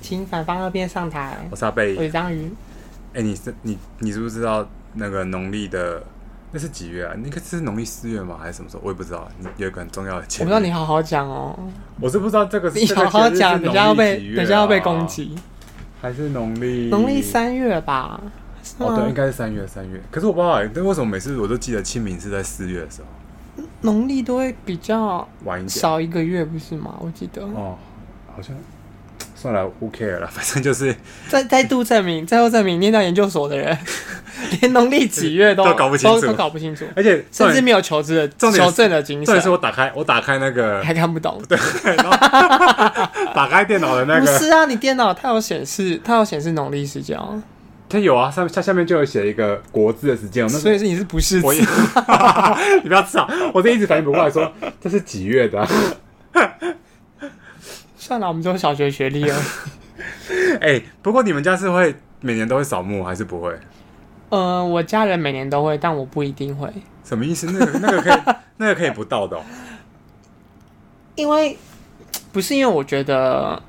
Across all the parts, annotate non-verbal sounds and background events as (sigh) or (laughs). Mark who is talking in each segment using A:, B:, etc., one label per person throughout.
A: 请反方二辩上台。
B: 我是阿贝。
A: 我是章鱼，
B: 哎、你是你你知不知道那个农历的那是几月啊？那个是农历四月吗？还是什么时候？我也不知道。你有一个很重要的
A: 我
B: 节
A: 不
B: 日，
A: 知道你好好讲
B: (laughs)
A: 哦，
B: 我是不知道 (laughs) 这个
A: 你
B: 这
A: 好
B: 个
A: 好
B: 节日是
A: 讲，
B: 农
A: 等下要
B: 历
A: 被
B: 几月
A: 等下要被
B: 啊
A: 攻，击。
B: 还是农历
A: 农历三月吧？是
B: 哦，对，应
A: 吗？
B: 该是三月三月。可是我不知道、欸，但为什么每次我都记得清明是在四月的时候
A: 农历都会比较
B: 晚一点？
A: 少一个月，不是吗？我记得。
B: 哦，好像算了，who care 了，反 (laughs) 正就是
A: 再再度证明，再度证明，念到研究所的人， (laughs) 连农历几月都
B: 都搞不清楚
A: 都都搞不清楚，
B: 而且
A: 甚
B: 重
A: 至
B: 点
A: 没有求知的
B: 重点是
A: 求证的精
B: 重点是啊我
A: 神，
B: 打开我打开那 (laughs) 个
A: 还看不懂。
B: (laughs) 打开电脑的那
A: 不
B: 个，
A: 是啊，你电脑它有显示，它有显示农历时间哦，
B: 它有啊，上下下面就有写一个国字的时间，我那时
A: 所
B: 候
A: 以是你是不是
B: 我也， (laughs) 你不要吵，我这一直反应不过来说这是几月
A: (laughs)
B: 的啊、
A: 算了，我们只有小学学历了。
B: 哎、不过你们家是会每年都会扫墓还是不会？
A: 呃，我家人每年都会，但我不一定会，
B: 什么意思？那个那个可以 (laughs) 那个可以不到的、哦，
A: 因为不是因为我觉得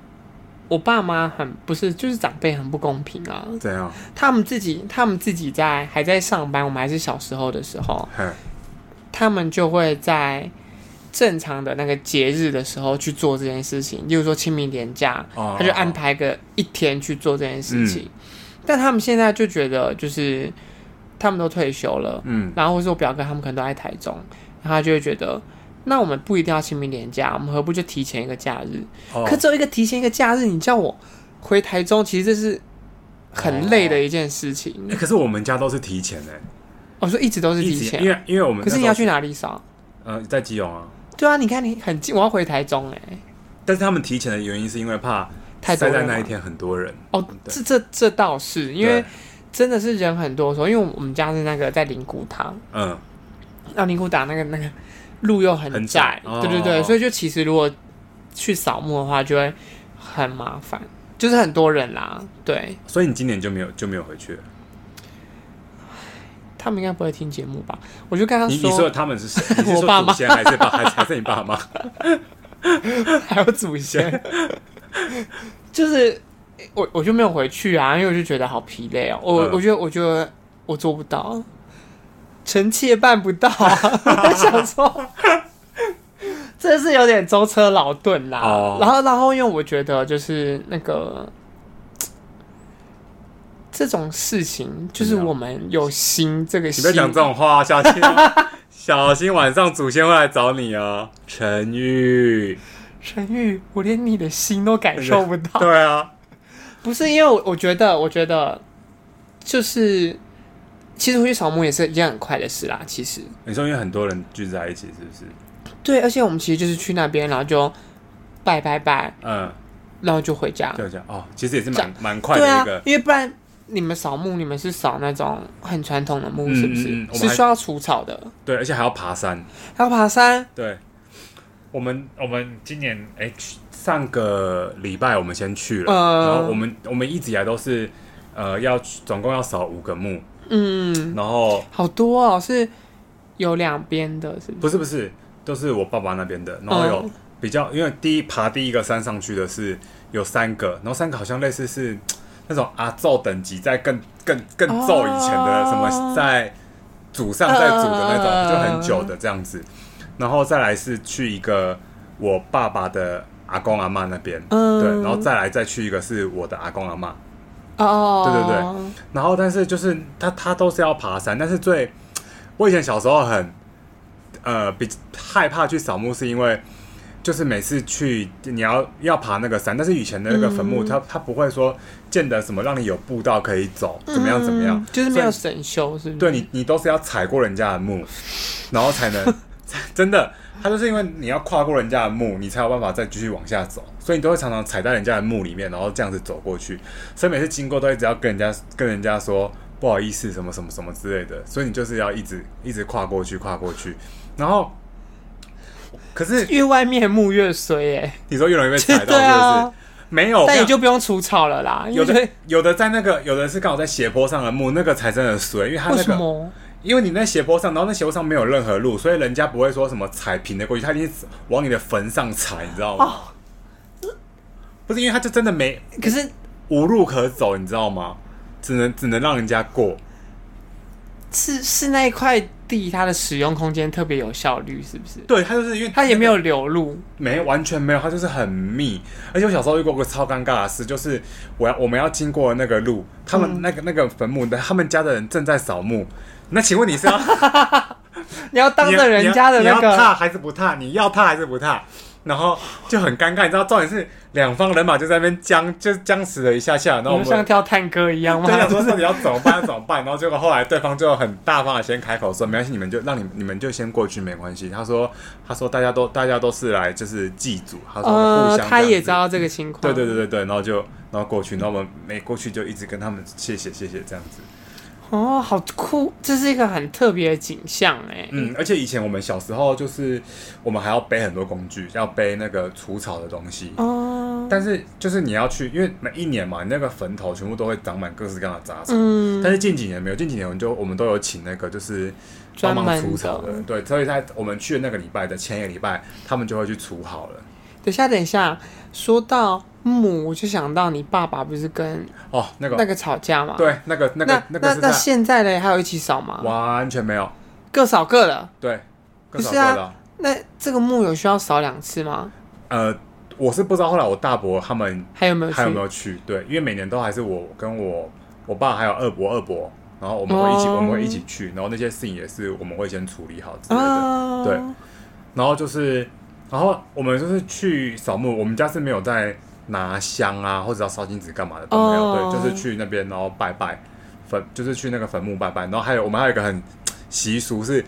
A: 我爸妈很不是，就是长辈很不公平啊。
B: 怎样？
A: 他们自己，他们自己在还在上班，我们还是小时候的时候，
B: 嘿，
A: 他们就会在正常的那个节日的时候去做这件事情，例如说清明年假，
B: 哦
A: 他就安排个一天去做这件事情。但他们现在就觉得，就是他们都退休了，
B: 嗯，
A: 然后或是我表哥他们可能都在台中，然后他就会觉得，那我们不一定要清明年假，我们何不就提前一个假日？
B: 哦
A: 可，只有一个提前一个假日，你叫我回台中，其实这是很累的一件事情。
B: 哎可是我们家都是提前哎、
A: 我说一直都是
B: 一
A: 提
B: 直
A: 前
B: 因，为因为我们
A: 可是
B: 那
A: 你
B: 时候
A: 要去哪里扫？
B: 呃在基隆啊，
A: 对啊，你看你很近，我要回台中哎、
B: 但是他们提前的原因是因为怕
A: 太多
B: 塞在
A: 人
B: 那一
A: 了
B: 天很多人，
A: 哦，
B: 对
A: 这这这倒是，因为
B: 对
A: 真的是人很多的时候，因为我们家是那个在灵谷塔，
B: 嗯
A: 那灵谷塔那个那个路又很
B: 很
A: 窄
B: 窄，哦
A: 对对对，所以就其实如果去扫墓的话，就会很麻烦，就是很多人啦，对
B: 所以你今年就没有就没有回去了。
A: 他们应该不会听节目吧？我就跟他
B: 你你说的他们是谁？你是
A: (laughs) 我爸
B: 说祖
A: 妈
B: 先还是爸还是还是你爸妈？
A: (laughs) 还有祖先，就是我我就没有回去啊，因为我就觉得好疲累哦。我、
B: 嗯
A: 我觉得我觉得我做不到，臣妾办不到啊。我在想说，这是有点舟车劳顿啦。
B: 哦
A: 然后然后因为我觉得就是那个。这种事情就是
B: 怎么样
A: 我们有心这个
B: 你
A: 心，
B: 不要讲这种话，小心哦、
A: (laughs)
B: 小心晚上祖先会来找你哦。陈玉，
A: 陈玉，我连你的心都感受不到。
B: 对啊，
A: 不是因为我我觉得，我觉得就是其实回去扫墓也是一件很快的事啦。其实
B: 你说因为很多人聚在一起，是不是？
A: 对，而且我们其实就是去那边，然后就拜拜拜，
B: 嗯，
A: 然后就回家。
B: 就这样哦，其实也是
A: 这
B: 蛮
A: 样
B: 蛮快
A: 对
B: 的一
A: 啊
B: 个，，
A: 因为不然你们扫墓，你们是扫那种很传统的墓，
B: 嗯
A: 是不是？
B: 嗯嗯我们
A: 是
B: 还
A: 需要除草的，
B: 对，而且还要爬山。
A: 还要爬山。
B: 对，我们我们今年哎、去上个礼拜我们先去了，
A: 嗯
B: 然后我们我们一直以来都是呃要去总共要扫五个墓，
A: 嗯，
B: 然后
A: 好多哦，是有两边的，是不是？
B: 不是不是，都是我爸爸那边的，然后有
A: 嗯
B: 比较，因为第一爬第一个山上去的是有三个，然后三个好像类似是那种阿奏等级，在更更更奏以前的
A: 哦
B: 什么在祖上在祖的那
A: 嗯
B: 种，就很久的这样子，然后再来是去一个我爸爸的阿公阿妈那边，
A: 嗯
B: 对，然后再来再去一个是我的阿公阿妈，
A: 哦，
B: 对对对然后但是就是他他都是要爬山，但是最我以前小时候很呃比害怕去扫墓，是因为就是每次去你要要爬那个山，但是以前的那个坟墓，
A: 嗯
B: 它它不会说建的什么让你有步道可以走，怎么样怎么样，
A: 嗯就是没有
B: 所
A: 神修，是不是？
B: 以对你你都是要踩过人家
A: (laughs)
B: 的墓，然后才能才真的。它就是因为你要跨过人家的墓，你才有办法再继续往下走，所以你都会常常踩在人家的墓里面，然后这样子走过去。所以每次经过都一直要跟人家跟人家说不好意思什么什么什么之类的，所以你就是要一直一直跨过去跨过去，然后可是
A: 越外面墓越衰哎、
B: 你说越容易被踩
A: (laughs)
B: 到
A: 对
B: 是
A: 啊
B: 不是？没有，
A: 但
B: 哦我
A: 也
B: 跟
A: 就不用除草了啦，因
B: 有的
A: (laughs) 为
B: 有的在那个有的是刚好在斜坡上的墓，那个才真的衰，因为它
A: 为
B: 那
A: 什
B: 个
A: 么？
B: 因为你那斜坡上，然后那斜坡上没有任何路，所以人家不会
A: 哦
B: 说什么踩平的过去，他一定是往你的坟上踩，你知道吗？不是因为他就真的没
A: 可是
B: 无路可走，你知道吗？只能只能让人家过。
A: 是是那一块地它的使用空间特别有效率，是不是？
B: 对他就是因为
A: 它也没有流入，
B: 没完全没有，它就是很密。而且我小时候遇过个超尴尬的事，就是我要我们要经过那个路，他
A: 嗯
B: 们那个、那个坟墓的，他们家的人正在扫墓。那请问你是要
A: 你要当着人家的那
B: 你要你要踏
A: 个，
B: 还是不踏？你要踏还是不踏？然后就很尴尬，你知道，重点是两方人马就在那边僵，就僵持了一下下，然后
A: 我
B: 我
A: 们
B: 们
A: 像跳探戈一样吗
B: 对，？想说到底要怎么办？要怎么办？然后结果后来对方就很大方的先开口说，没关系，你们就让你们你们就先过去，没关系。他说，他说大家都大家都是来就是祭祖，他说互
A: (laughs) 呃，
B: 相、
A: 他也知。道这个情况，
B: 对对对对对，然后就然后过去，然后我们没过去就一直跟他们谢谢谢谢这样子。
A: 哦，好酷！这是一个很特别的景象哎。
B: 嗯，而且以前我们小时候就是我们还要背很多工具，要背那个除草的东西。
A: 哦，
B: 但是就是你要去，因为每一年嘛，你那个坟头全部都会长满各式各样的杂草。
A: 嗯，
B: 但是近几年没有，近几年我们就我们都有请那个就是帮
A: 专门
B: 忙除草的
A: 的
B: 人，对，所以在我们去的那个礼拜的前一个礼拜，他们就会去除好了。
A: 等一下，等一下，说到母，我就想到你爸爸不是跟
B: 哦，那个
A: 那个吵架吗？，
B: 对，那个那个
A: 那
B: 个
A: 那
B: 是
A: 那
B: 在
A: 现在嘞，还有一起扫吗？
B: 完全没有，
A: 各扫各的。
B: 对，
A: 不
B: 更少
A: 是
B: 对
A: 啊
B: 了。
A: 那这个墓有需要扫两次吗？
B: 呃，我是不知道后来我大伯他们
A: 还有没有？
B: 还有没？有去，对，因为每年都还是我跟我我爸还有二伯二伯，然后我们会一起、
A: 哦
B: 我们会一起去，然后那些事情也是我们会先处理好之类的。
A: 啊，
B: 对然后就是，然后我们就是去扫墓，我们家是没有在拿香啊，或者要烧金纸干嘛的都没有
A: 哦
B: 对，就是去那边然后拜拜坟，就是去那个坟墓拜拜。然后还有我们还有一个很习俗是，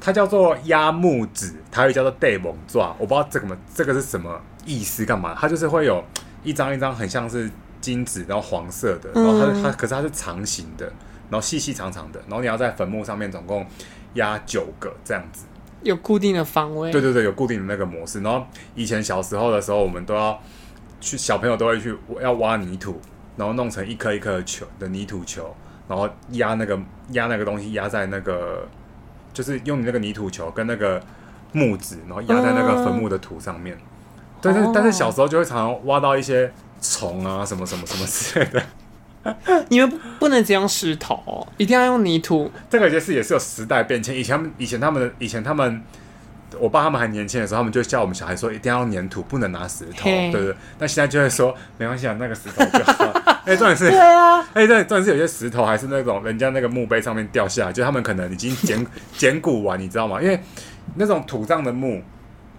B: 它叫做压木纸，台语叫做 day 猛抓，我不知道这个么这个是什么意思干嘛，它就是会有一张一张很像是金纸，然后黄色的，然后它是它可是它是长形的，然后细细长长的，然后你要在坟墓上面总共压九个这样子。
A: 有固定的方位。
B: 对对对，有固定的那个模式。然后以前小时候的时候，我们都要去，小朋友都会去要挖泥土，然后弄成一颗一颗的球的泥土球，然后压那个压那个东西压在那个，就是用你那个泥土球跟那个木质，然后压在那个坟墓的土上面。但是、
A: 哦
B: 但是小时候就会常常挖到一些虫啊什么什么什么之类的，
A: 你们不不能只用石头哦，一定要用泥土。
B: 这个也是也是有时代变迁。以前他们以前他们的以前他们，我爸他们还年轻的时候，他们就叫我们小孩说一定要用粘土，不能拿石头，
A: 嘿
B: 对不对？但现在就会说没关系啊，那个石头就好。哎、重点是。
A: 啊，
B: 哎、对，重点是有些石头还是那种人家那个墓碑上面掉下来，就他们可能已经捡捡骨完，你知道吗？因为那种土葬的墓，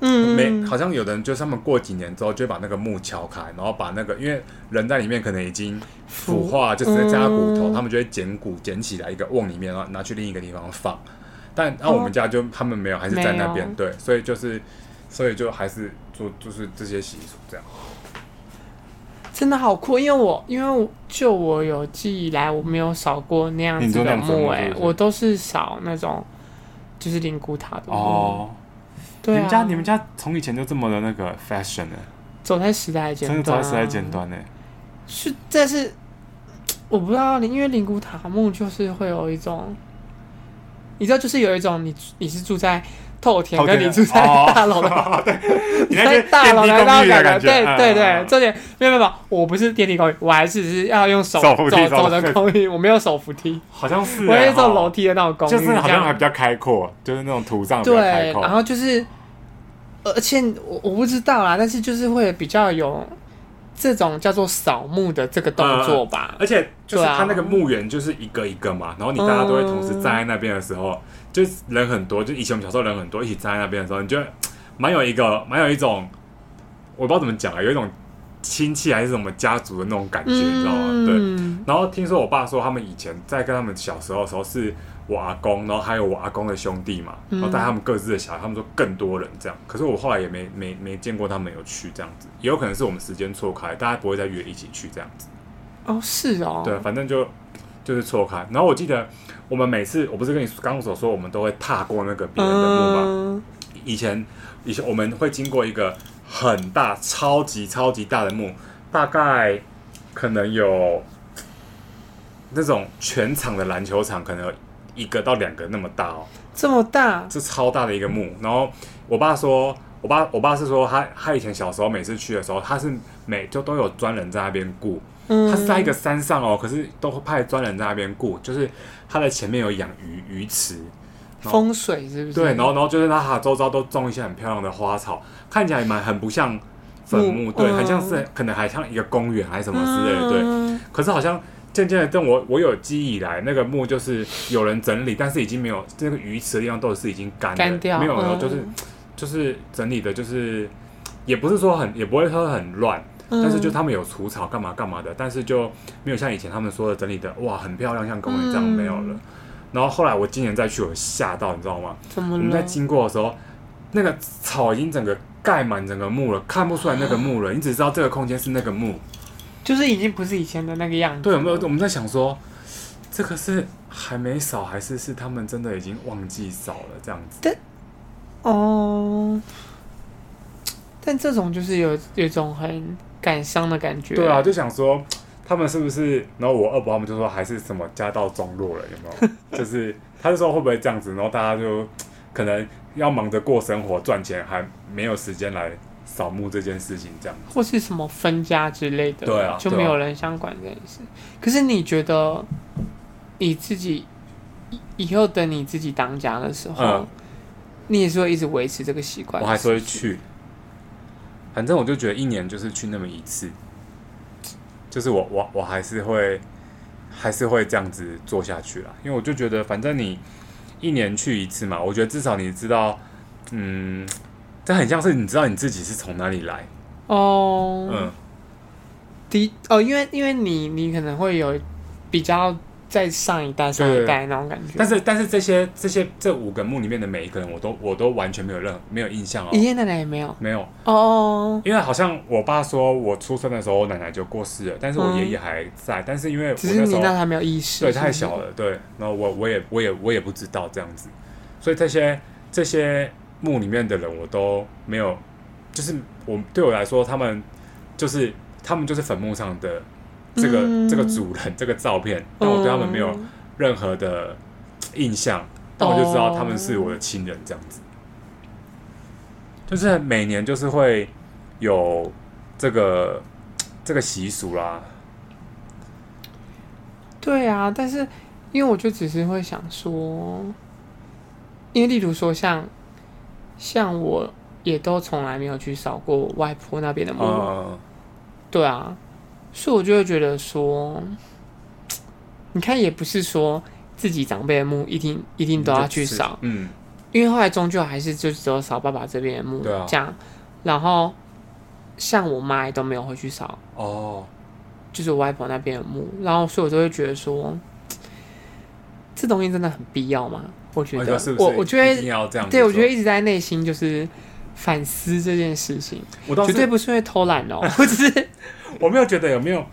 A: 嗯，
B: 没好像有的人就是他们过几年之后就会把那个墓敲开，然后把那个因为人在里面可能已经腐化，就直接加骨头，
A: 嗯
B: 他们就会捡骨捡起来一个瓮里面，然后拿去另一个地方放。但那、啊我们家就他们没有，还是在那边
A: 没有
B: 对，所以就是所以就还是做就是这些习俗这样。
A: 真的好酷，因为我因为我就我有记忆以来，我没有扫过那样
B: 你
A: 子
B: 说那
A: 的
B: 种坟墓
A: 墓哎、
B: 是不是
A: 我都是扫那种就是灵骨塔的墓。，
B: 你
A: 对、啊，
B: 们哦家你们家从以前就这么的那个 fashion 呢、
A: 走在时代的尖
B: 真
A: 端、
B: 的
A: 啊，
B: 走在时代尖端呢、
A: 是，但是我不知道，因为灵骨塔墓就是会有一种，你知道，就是有一种你你是住在透田，
B: 透
A: 跟
B: 天
A: 你住在
B: 哦
A: 大楼的，
B: (laughs) 你那
A: 在
B: 些
A: 大楼
B: 电
A: 来
B: 梯
A: 到
B: 公寓的感觉，
A: 对
B: 嗯
A: 对
B: 嗯
A: 对
B: 嗯，
A: 重点没有没有没有，我不是电梯公寓，我还是只是要用手走
B: 手扶梯
A: 走
B: 手扶
A: 的
B: 梯
A: 公寓，我没有手扶梯，
B: 好像是、
A: 我
B: 欸，
A: 是走
B: 哈
A: 楼梯的那种公寓，
B: 就是好像
A: 这
B: 还
A: 样
B: 比较开阔，就是那种土葬比较开
A: 对，
B: 阔。
A: 然后就是，而且我我不知道啦，但是就是会比较有这种叫做扫墓的这个动作吧，
B: 而且就是
A: 对啊
B: 它那个墓园就是一个一个嘛，然后你大家都会同时站在那边的时候，就是人很多，就以前我们小时候人很多，一起站在那边的时候，你就会蛮有一个蛮有一种，我不知道怎么讲啊，有一种亲戚还是什么家族的那种感觉，你知道吗？对。
A: 嗯，
B: 然后听说我爸说，他们以前在跟他们小时候的时候，是我阿公，然后还有我阿公的兄弟嘛，
A: 嗯
B: 然后带他们各自的小孩，他们说更多人这样。可是我后来也没没没见过他们有去这样子，也有可能是我们时间错开，大家不会再约一起去这样子。
A: 哦是哦，
B: 对，反正就就是错开。然后我记得我们每次，我不是跟你刚刚所说，我们都会踏过那个别人的墓吗？
A: 嗯，
B: 以前以前我们会经过一个很大、超级超级大的墓，大概可能有那种全场的篮球场，可能有一个到两个那么大哦，
A: 这么大，
B: 是超大的一个墓。然后我爸说，我爸我爸是说他他以前小时候每次去的时候，他是每就都有专人在那边顾，
A: 嗯
B: 他是在一个山上哦，可是都会派专人在那边顾，就是他的前面有养鱼鱼池，然后
A: 风水是不是？
B: 对，然后然后就是它它周遭都种一些很漂亮的花草，看起来蛮很不像坟墓，
A: 嗯
B: 对，
A: 嗯
B: 很像是可能还像一个公园还是什么之类的，对。
A: 嗯
B: 可是好像渐渐的，但我我有记忆以来，那个墓就是有人整理，但是已经没有这个鱼池的地方都是已经干了
A: 干掉
B: 没有没有，
A: 嗯
B: 就是就是整理的，就是也不是说很也不会说很乱。
A: 嗯
B: 但是就他们有除草干嘛干嘛的，但是就没有像以前他们说的整理的哇很漂亮，像公园这样
A: 嗯
B: 没有了。然后后来我今年再去，我吓到你知道吗？
A: 怎么
B: 我们在
A: 了？
B: 经过的时候，那个草已经整个盖满整个墓了，看不出来那个墓了，你只知道这个空间是那个墓。
A: 就是已经不是以前的那个样子。
B: 对，我们我们在想说，这个是还没扫，还是是他们真的已经忘记扫了这样子？
A: 哦，但这种就是有有一种很感伤的感觉。
B: 对啊，，就想说他们是不是？然后我二伯他们就说还是什么家道中落了，有没有？ (laughs) 就是他就说会不会这样子，然后大家就可能要忙着过生活赚钱，还没有时间来扫墓这件事情这样。
A: 或是什么分家之类的，
B: 对啊
A: 就
B: 对啊
A: 没有人想管这件事。可是你觉得你自己以以后等你自己当家的时候，
B: 嗯
A: 你也是会一直维持这个习惯？
B: 我还是会去。反正我就觉得一年就是去那么一次，就是我我我还是会还是会这样子做下去啦，因为我就觉得反正你一年去一次嘛，我觉得至少你知道，嗯，这很像是你知道你自己是从哪里来，
A: 哦，
B: 嗯，
A: 的哦，因为因为你你可能会有比较在上一代上一代那种感觉，
B: 但是但是这些这些这五个墓里面的每一个人，我都我都完全没有任没有印象哦，
A: 爷爷奶奶也没有
B: 没有，
A: 哦，
B: 因为好像我爸说我出生的时候我奶奶就过世了，但是我
A: 嗯
B: 爷爷还在，但是因为我
A: 只是
B: 那时
A: 你
B: 候
A: 那还没有意识，
B: 对，
A: 是不
B: 太
A: 是
B: 小了，对。然后我我也我也我也不知道这样子，所以这些这些墓里面的人我都没有，就是我对我来说，他们就是他们就是坟墓上的这个、
A: 嗯哦
B: 这个主人这个照片，但我对他们没有
A: 嗯
B: 任何的印象，但我就知道他们是
A: 哦
B: 我的亲人这样子。就是每年就是会有这个这个习俗啦，
A: 对啊，但是因为我就只是会想说，因为例如说像像我也都从来没有去扫过我外婆那边的墓，
B: 嗯，
A: 对啊，所以我就会觉得说，你看也不是说自己长辈的墓一定一定都要去
B: 就是
A: 扫，，
B: 嗯，
A: 因为后来终究还是就只有扫爸爸这边的墓、
B: 对啊
A: 这样，然后像我妈也都没有回去扫
B: 哦。
A: 就是我外婆那边的墓，然后所以我就会觉得说，这东西真的很必要吗？我觉
B: 我
A: 得，
B: 哦哎啊是不是
A: 我我觉
B: 一定
A: 得，
B: 要这样子做，
A: 对我觉得一直在内心就是反思这件事情，
B: 我倒
A: 绝对
B: 是
A: 不是因为偷
B: (laughs)
A: 懒哦，我只是
B: 我没有觉得有没有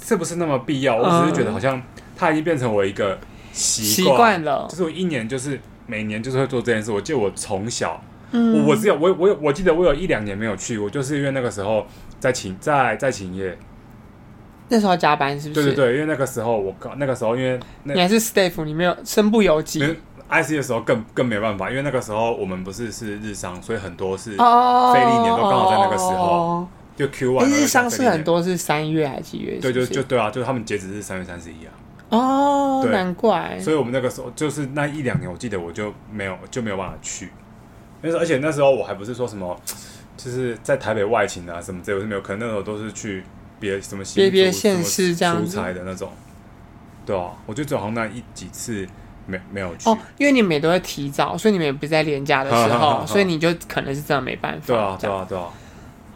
B: 是不是那么必要，我只是
A: 嗯
B: 觉得好像它已经变成我一个习
A: 习惯，了
B: 就，是我一年就是每年就是会做这件事。我记得我从小，
A: 嗯，
B: 我我只有我我有我记得我有一两年没有去，我就是因为那个时候在勤在在勤业，
A: 那时候加班是不
B: 对
A: 是？
B: 对对，因为那个时候我刚那个时候因为那
A: 你还是 staff，你没有身不由己
B: 因为 IC 的时候更更没办法，因为那个时候我们不是是日商，所以很多是
A: 哦，
B: 非历年都刚好在那个时候就 Q
A: 但
B: one，
A: 是上次很多是三月还是几月？
B: 对，就是
A: 不
B: 就是对啊，就是他们截止是三月三十一啊，
A: 哦，
B: 对
A: 难怪，
B: 所以我们那个时候就是那一两年，我记得我就没有就没有办法去，但是而且那时候我还不是说什么，就是在台北外勤啊什么之类，我是没有，可能那时候都是去别什么新
A: 别别
B: 竹什么
A: 县市这样
B: 出
A: 子
B: 差的那种，对啊，我就只有好像那一几次没没有去，
A: 哦，因为你们也都会提早，所以你们也不是在廉价的时
B: (laughs)
A: 候，所以你就可能是真的没办法。
B: 对啊
A: 这
B: 对
A: 样
B: 啊对啊，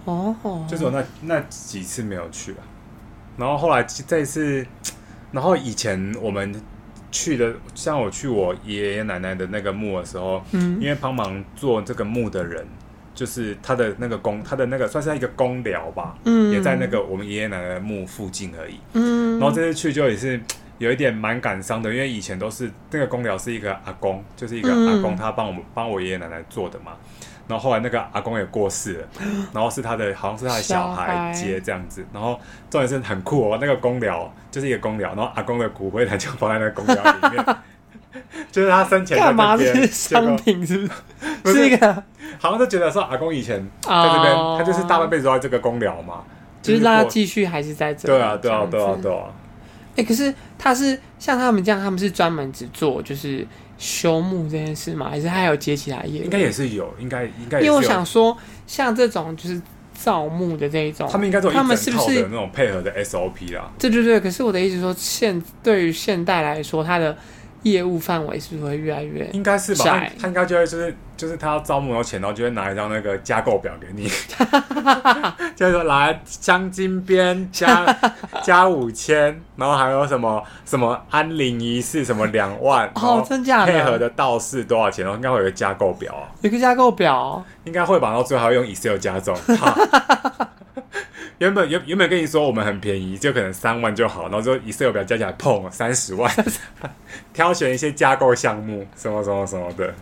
A: 哦，
B: 就是我那那几次没有去啊，然后后来这一次，然后以前我们去的，像我去我爷爷奶奶的那个墓的时候，
A: 嗯
B: 因为帮忙做这个墓的人，就是他的那个公，他的那个算是一个公寮吧，
A: 嗯
B: 也在那个我们爷爷奶奶的墓附近而已。
A: 嗯，
B: 然后这次去就也是有一点蛮感伤的，因为以前都是那个公寮是一个阿公，就是一个
A: 嗯
B: 阿公，他帮我们帮我爷爷奶奶做的嘛。然后后来那个阿公也过世了，然后是他的好像是他的小
A: 小
B: 孩
A: 孩
B: 接这样子。然后重点是很酷哦，那个公寮就是一个公寮，然后阿公的骨灰坛就
A: (laughs)
B: 放在那个公寮里面，就是他生前在
A: 干嘛
B: 那
A: 这
B: 边
A: 是
B: 结果
A: 商品是不是？
B: (laughs) 不
A: 是
B: 是
A: 一个
B: 好像就觉得说阿公以前在这边，
A: 哦
B: 他就是大半辈子都在这个公寮嘛，
A: 就是
B: 过
A: 让他继续还是在这里。
B: 对啊，对啊，
A: 这
B: 对
A: 样
B: 啊
A: 子，
B: 对啊，
A: 哎、可是他是像他们这样，他们是专门只做就是修木这件事吗？还是还有接其他业务
B: 应？该也是有，应该应该也
A: 因为我
B: 是有
A: 想说，像这种就是造木的这一种，
B: 他们应该都有一
A: 他
B: 整
A: 们是不
B: 套的
A: 是
B: 那种配合的 SOP 啦。
A: 对对对。可是我的意思说，现对于现代来说，它的业务范围是不是会越来越？
B: 应该是吧？
A: 窄
B: 他他应该就会就是就是他要招募然后钱，然后就会拿一张那个加购表给
A: (laughs)
B: 你，就是说来镶金
A: (laughs)
B: 边加加五千，然后还有什么什么安陵仪式什么两万，然后
A: 哦，真假
B: 配合
A: 的？
B: 的道士多少钱，然后应该会有个加购表啊，
A: 有个加购表，
B: 应该会吧？然后最后还会用 Excel
A: (laughs)
B: 加总。哈原本原原本跟你说我们很便宜，就可能三万就好，然后之后 Excel 表加起来碰三
A: (laughs)
B: 十万，挑选一些加购项目，什么什么什么的。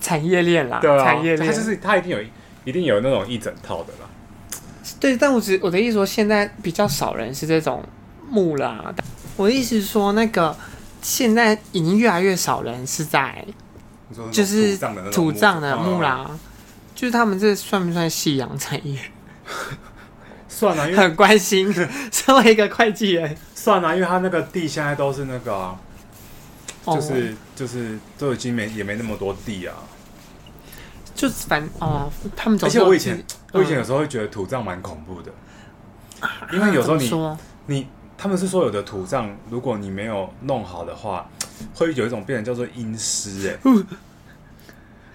A: 产业链啦，
B: 对啊，
A: 产业链。
B: 他就是他一定有一定有那种一整套的啦。
A: 对，但我只我的意思说，现在比较少人是这种木啦。我的意思是说，那个现在已经越来越少人是在就是土葬的木啊啦，
B: 啊
A: 就是他们这算不算夕阳产业？
B: 算了、因为
A: 很关心， (laughs) 身为一个会计人，
B: (laughs) 算了、因为他那个地现在都是那个、啊，就是、就是都已经没也没那么多地啊。
A: 哦、就反哦，他们总
B: 而
A: 是
B: 且
A: 有
B: 我以前我以前
A: 嗯
B: 有时候会觉得土葬蛮恐怖的，因为有时候
A: 啊怎么
B: 你
A: 说
B: 你他们是说有的土葬如果你没有弄好的话，会有一种病人叫做阴湿
A: (laughs)
B: 哎。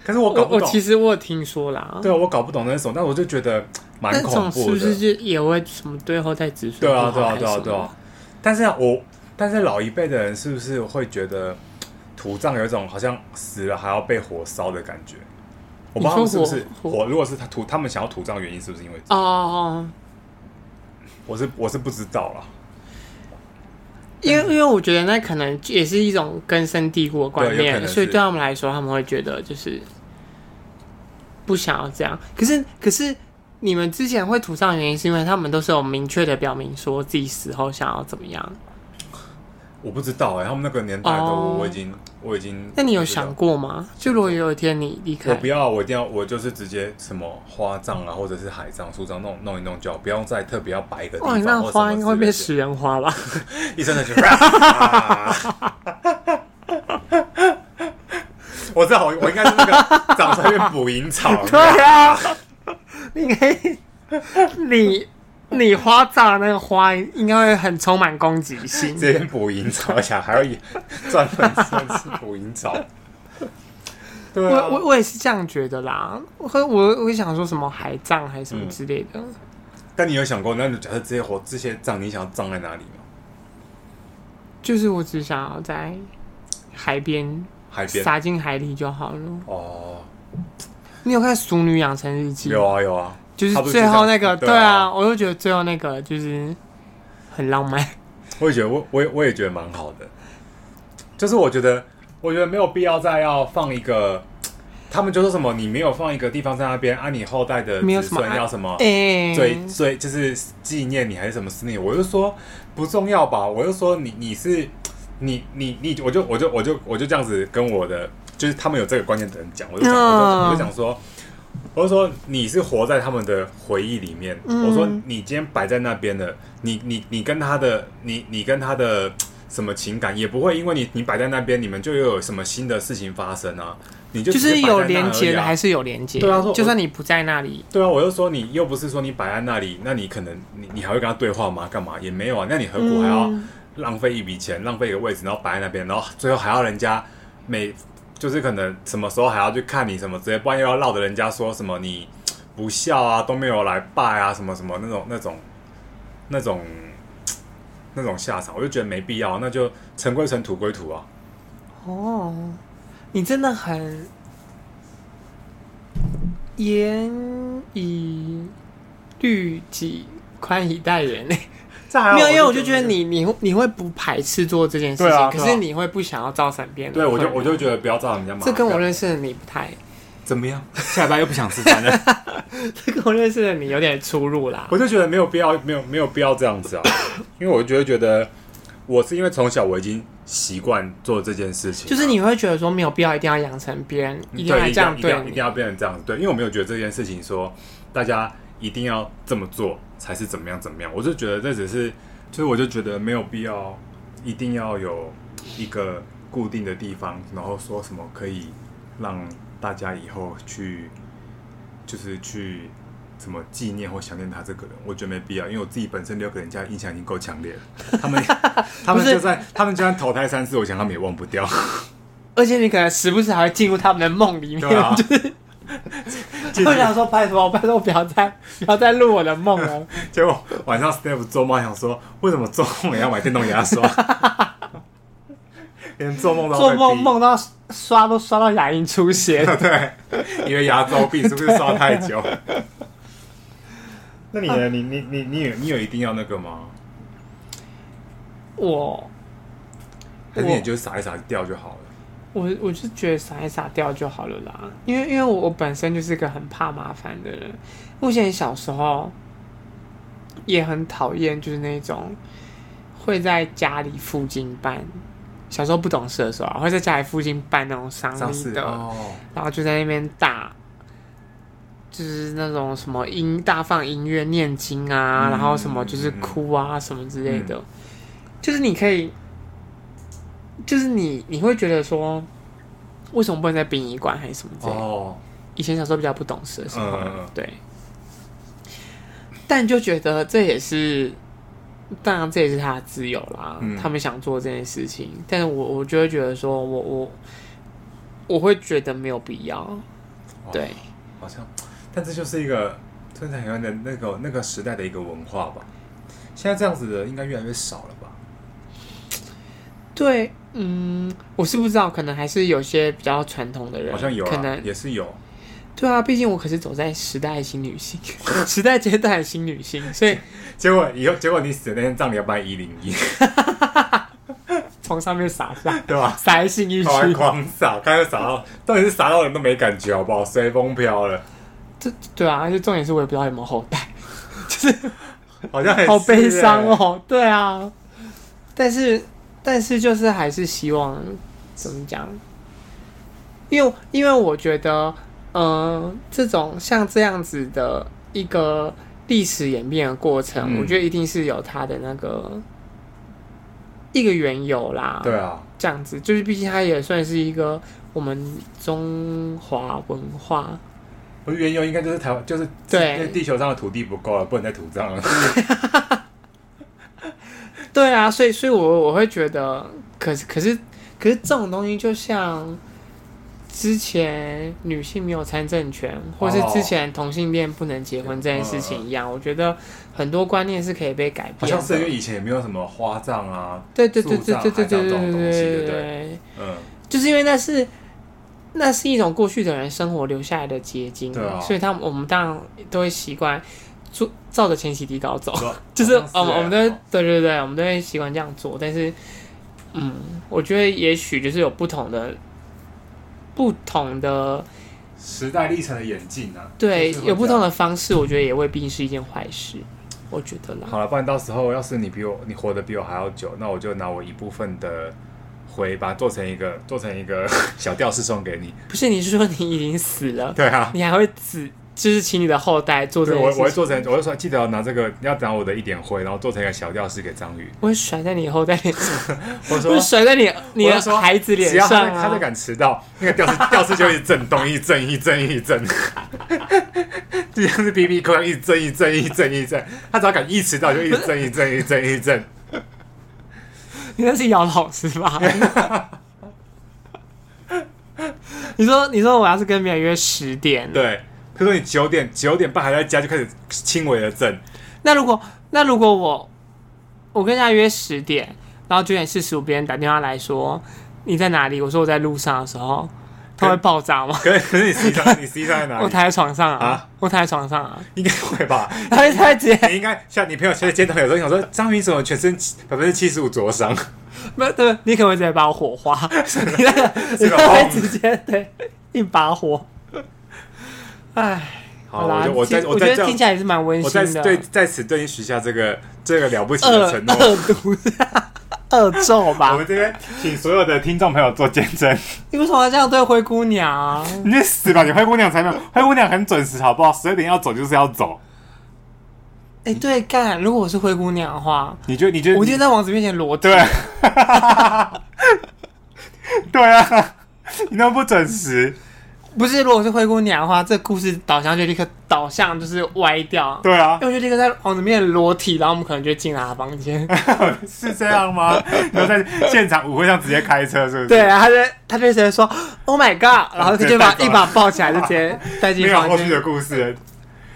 B: 可是我搞
A: 我嗯
B: 不
A: 我
B: 懂，
A: 其实我有听说啦，
B: 对啊，我搞不懂那种，但我就觉得蛮
A: 那
B: 恐
A: 种是
B: 怖
A: 不
B: 的。
A: 是就也会什么对后代子孙
B: 对啊，
A: 不
B: 对
A: 好
B: 啊，对
A: 还
B: 啊，
A: 是什
B: 对
A: 么
B: 啊。但是啊我，但是老一辈的人是不是会觉得土葬有一种好像死了还要被火烧的感觉？我不知道他们
A: 你
B: 是不
A: 说
B: 是
A: 火
B: 火，如果是他土，他们想要土葬的原因是不是因为？
A: 哦哦，哦
B: 我是我是不知道啦，
A: 因为
B: 嗯
A: 因为我觉得那可能也是一种根深蒂固的观
B: 对有可
A: 念，
B: 能是
A: 所以对他们来说，他们会觉得就是不想要这样。可是可是你们之前会土葬的原因，是因为他们都是有明确的表明说自己死后想要怎么样。
B: 我不知道哎、他们那个年代的
A: 哦
B: 我，我已经我已经。
A: 那你有
B: 不知道
A: 想？过吗？就如果有一天你离开，
B: 我不要，我一定要，我就是直接什么花葬啊，或者是海葬、树葬弄弄一弄就好，不用再特别要摆一个地
A: 哇，
B: 方。
A: 你那
B: 或
A: 花
B: 什
A: 应
B: 么
A: 该会
B: 之类
A: 变
B: 的
A: 食人花吧？
B: 一生的全啊。 (laughs) 我知道，我我应该是那个长出来变捕蝇草，
A: (laughs) 对啊，你应该你你花葬的那个花应该会很充满攻击性。
B: 这边捕蝇草，而且还要专门专吃捕蝇
A: (laughs)
B: 草。对
A: 我
B: 啊，
A: 我我也是这样觉得啦，我我我想说什么海葬还是什么
B: 嗯
A: 之类的，
B: 但你有想过，那你假设这些火这些葬，你想要葬在哪里吗？
A: 就是我只想要在海边
B: 海边？
A: 撒进海里就好了。
B: 哦，
A: 你有看《熟女养成日记》？
B: 有啊有啊，
A: 就是
B: 他不是
A: 最后那个，
B: 就
A: 对
B: 这样
A: 啊，，我就觉得最后那个就是很浪漫。
B: 我也觉得，我我也我也觉得蛮好的。就是我觉得，我觉得没有必要再要放一个，他们就说什么你没有放一个地方在那边，啊，你后代的
A: 没有
B: 子
A: 什么
B: 孙要什么
A: 哎、
B: 追追，就是纪念你还是什么思念你，我就说不重要吧，我就说你你是你你你，我就我就我就我就这样子跟我的，就是他们有这个观念的人讲，我就讲我就
A: 嗯
B: 我就讲说。我就说你是活在他们的回忆里面。
A: 嗯
B: 我说你今天摆在那边的，你你你跟他的你你跟他的什么情感也不会因为你你摆在那边，你们就又有什么新的事情发生啊？你就
A: 就
B: 只是
A: 是
B: 摆在那
A: 有连接
B: 而已
A: 的，
B: 啊
A: 还是有连接。
B: 对啊说
A: 就算你不在那里，
B: 对啊，我就说你又不是说你摆在那里，那你可能你你还会跟他对话吗？干嘛也没有啊，那你何苦还要
A: 嗯
B: 浪费一笔钱，浪费一个位置，然后摆在那边，然后最后还要人家每就是可能什么时候还要去看你什么之类，不然又要闹着人家说什么你不孝啊，都没有来拜啊，什么什么那种那种那种那种下场，我就觉得没必要，那就尘归尘，土归土啊。
A: 哦，你真的很严以律己，宽以待人呢。
B: 这还好
A: 没有，因为我就
B: (laughs) 那
A: 觉得你你会你会不排斥做这件事情，
B: 对啊
A: 可
B: 对
A: 是
B: 啊
A: 你会不想要造成别人的
B: 对我就
A: 困扰
B: 我就觉得不要造成人家麻
A: 这
B: 烦。
A: 跟我认识的你不太，
B: 怎么样？下班又不想吃饭了。
A: 这跟我认识的你有点出入啦。 (coughs)
B: 我就觉得没有必要，没有没有必要这样子啊，因为我就觉得我是因为从小我已经习惯做这件事情了，啊
A: 就是你会觉得说没有必要一定要养成别人一定要
B: 嗯对，一
A: 这
B: 定要
A: 样
B: 一定要一
A: 你
B: 定，要变成这样子，对，因为我没有觉得这件事情说大家一定要这么做才是怎么样怎么样，我就觉得这只是，就是我就觉得没有必要一定要有一个固定的地方，然后说什么可以让大家以后去，就是去。怎么纪念或想念他这个人？我觉得没必要，因为我自己本身留给人家的印象已经够强烈了。他
A: (laughs)
B: 们，他们
A: 不是
B: 就算他们就算投胎三次，我想他们也忘
A: (laughs)
B: 不掉。
A: 而且你可能时不时还会进入他们的梦里面， (laughs)
B: 对啊，
A: 就想说拜托拜托不要再不要再录我的梦了。
B: (laughs) 结果晚上 Steve 做梦还想说，为什么做梦也要买电动牙刷？ (laughs) 连做梦都
A: 做
B: 要被
A: 梦
B: 逼
A: 梦到刷都刷到牙龈出血，
B: 对，因为牙周病是不是刷太久？ (laughs) 那你
A: 啊
B: 呢？你你你你有你有一定要那个吗？
A: 我
B: 还是你就撒一撒掉就好了？
A: 我我就觉得撒一撒掉就好了啦，因为因为我我本身就是个很怕麻烦的人，我以前小时候也很讨厌就是那种会在家里附近办，小时候不懂事的时候、啊、会在家里附近办那种丧
B: 上
A: 礼
B: 次
A: 的，
B: 哦，
A: 然后就在那边打，就是那种什么音大放音乐念经啊，
B: 嗯
A: 然后什么就是哭啊、什么之类的，就是你可以，就是你你会觉得说，为什么不能在殡仪馆还是什么之类的？
B: 哦，
A: 以前小时候比较不懂事的时候，
B: 嗯嗯嗯
A: 对，但就觉得这也是。当然，这也是他的自由啦，
B: 嗯
A: 他们想做这件事情，但是我我就会觉得说，我我我会觉得没有必要，
B: 哇
A: 对，
B: 好像，但这就是一个真的很的那个那个时代的一个文化吧。现在这样子的应该越来越少了吧？
A: 对，嗯，我是不知道，可能还是有些比较传统的人，
B: 好像有
A: 可
B: 啊
A: 能，
B: 也是有。
A: 对啊，毕竟我可是走在时代新女性， (laughs) 时代阶段的新女性，所以
B: 结果以后，结果你死的那天葬礼要办一零一，
A: 从上面撒下，
B: 对吧？
A: 撒在信义
B: (laughs)
A: 区，
B: 狂狂撒，刚才撒到，到底是撒到人都没感觉，好不好？随风飘了，
A: 这对啊，而且重点是我也不知道有没有后代，
B: 好像很
A: 好悲伤。哦，对啊，但是但是就是还是希望怎么讲，因为因为我觉得，嗯、这种像这样子的一个历史演变的过程，
B: 嗯
A: 我觉得一定是有它的那个一个缘由啦。
B: 对啊，
A: 这样子，就是毕竟它也算是一个我们中华文化，
B: 我的缘由应该就是台湾，就是
A: 对
B: 因为地球上的土地不够了，不能再土
A: (laughs)
B: 葬了。
A: 对啊，所以所以我我会觉得，可是可是可是这种东西，就像之前女性没有参政权，或是
B: 哦嗯
A: 之前同性恋不能结婚这件事情一样，我觉得很多观念是可以被改
B: 好
A: 变
B: 像是因
A: 的
B: 为。以前也没有什么花葬啊，
A: 对对对对对对对
B: 树葬海
A: 对对
B: 葬这种东西对
A: 对
B: 不对
A: 对，
B: 嗯，
A: 就是因为那是那是一种过去的人生活留下来的结晶，
B: 对啊
A: 所以他们我们当然都会习惯做照着前期底稿走。
B: 说
A: 哦就是
B: 好
A: 我
B: 像
A: 们我们都
B: 欸
A: 会对对对，我们都会习惯这样做，但是，嗯，我觉得也许就是有不同的不同的
B: 时代历程的演进啊，
A: 对
B: 就是会
A: 有不同
B: 这
A: 的
B: 样。
A: 方式，我觉得也未必是一件坏事，我觉得啦。
B: 好了，不然到时候要是你比我你活得比我还要久，那我就拿我一部分的回，把它做成一个做成一个 (laughs) 小吊饰送给你。
A: 不是你是说你已经死了，
B: 对啊，
A: 你还会死，就是请你的后代做这
B: 对，我
A: 件事
B: 我
A: 情，
B: 会做成，我就说记得要拿这个，要拿我的一点灰，然后做成一个小吊饰给章鱼。
A: 我会甩在你后代脸上，
B: (laughs) 我
A: 我
B: 说
A: 会，甩在你你
B: 我
A: 的
B: 就说
A: 孩子脸
B: 只要他
A: 上
B: 再他再
A: 啊！
B: 敢迟到，那个吊饰吊饰就一直震动，一直震一直震一直震， (laughs) 就像是 B B 扣一直震一直震一直震一直震，他只要敢一迟到就一直震一直震一直震一直震。
A: 你那是姚老师吧？ (laughs) 你说你说我要是跟别人约十点，
B: 对，可是你九点九点半还在家就开始轻微的震，
A: 那如果那如果我我跟人家约十点，然后九点四十五别人打电话来说你在哪里，我说我在路上的时候，他会爆炸吗？
B: 可是可是你实际上你实际上在哪
A: 我
B: 里？
A: 躺在床上啊，
B: 啊
A: 我躺在床上
B: (laughs)
A: 啊，
B: 应该会吧？
A: 他会他会直接
B: 你应该像你朋友现在见到有时候想说，章鱼怎么全身百分之七十五灼伤？
A: (laughs)
B: (laughs)
A: 没有对，你可能会直接把我火花，你 (laughs) 那个你
B: 这
A: 那
B: 个
A: 个会
B: 轰
A: 直接对一把火，唉。
B: 好，
A: 啦，
B: 我就我
A: 其
B: 再
A: 实
B: 我
A: 觉
B: 再
A: 得
B: 这样
A: 听起来也是蛮温
B: 我在
A: 馨的。啊
B: 对在此对你许下这个这个了不起
A: 恶
B: 的承诺，
A: 恶毒， (laughs) 恶咒
B: 我
A: 吧
B: 们？这边请所有的听众朋友做见证。 (laughs)
A: 你为什么要这样对灰姑娘？啊
B: 你去死吧！你灰姑娘才没有，灰姑娘很准时，好不好？十二点要走就是要走。
A: 哎、对，干，如果我是灰姑娘的话，
B: 你嗯觉得？你觉得？
A: 我一定在王子面前裸体。
B: 对，啊对啊， (laughs) 你那么不准时，
A: 不是，如果我是灰姑娘的话，这故事导向就立刻导向就是歪掉。
B: 对啊 (laughs)
A: 因，为我就立刻在王子面前裸体，然后我们可能就进了他房
B: (laughs)
A: 间。
B: 是这样吗？然后在现场舞会上直接开车，是不是？
A: 对，，啊然后他就他就直接说 “Oh my god”，然后他就把
B: 直接带走
A: 一
B: 了
A: 把抱起来，就直接带进
B: 啊没有
A: 房
B: 后续的
A: 间。
B: 故事。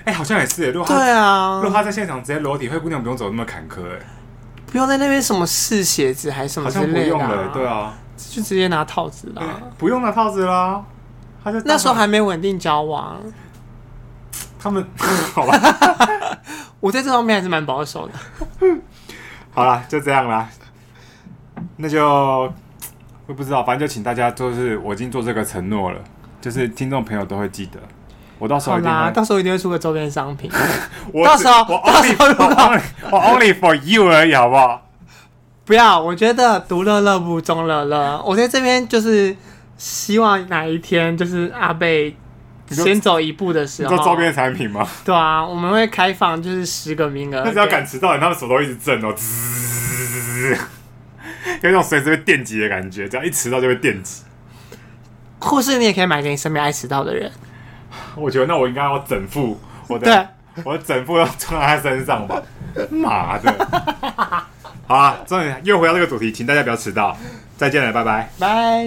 B: 哎、好像也是耶。如果他、
A: 对
B: 如果
A: 啊，
B: 他在现场直接裸体，灰姑娘不用走那么坎坷，哎，
A: 不用在那边什么试鞋子还是什
B: 好
A: 么之
B: 像不
A: 类的、
B: 用了，对，啊，
A: 就直接拿套子啦。
B: 对不用拿套子啦。他就
A: 那时候还没稳定交往，
B: 他们 (laughs) 好吧，
A: 我在这方面还是蛮保守的。
B: 好啦，就这样啦。那就我不知道，反正就请大家，就是我已经做这个承诺了，就是听众朋友都会记得。我到时候
A: 好
B: 一啊定
A: 啦，
B: 会
A: 到时候一定会出个周边商品。
B: 我
A: 到
B: 只
A: 时候
B: 我
A: 到时
B: only
A: 候如果
B: 我 only 我 only for you 而已，好不好？
A: 不要，我觉得独乐乐不如众乐乐。我在这边就是希望哪一天就是阿贝
B: 说
A: 先走一步的时
B: 你
A: 候
B: 做，周边产品吗？
A: 对啊，我们会开放就是十个名额。
B: 那只要赶迟到，人，他们手都一直震哦，滋，有一种随时被电击的感觉，只要一迟到就被电击。
A: 或是你也可以买给你身边爱迟到的人。
B: (laughs) 我觉得那我应该要整副我的，
A: 对
B: (laughs) 我的整副要穿到他身上吧。妈的！ (laughs) 好啊，终于又回到这个主题，请大家不要迟到，再见了，拜拜。
A: 拜。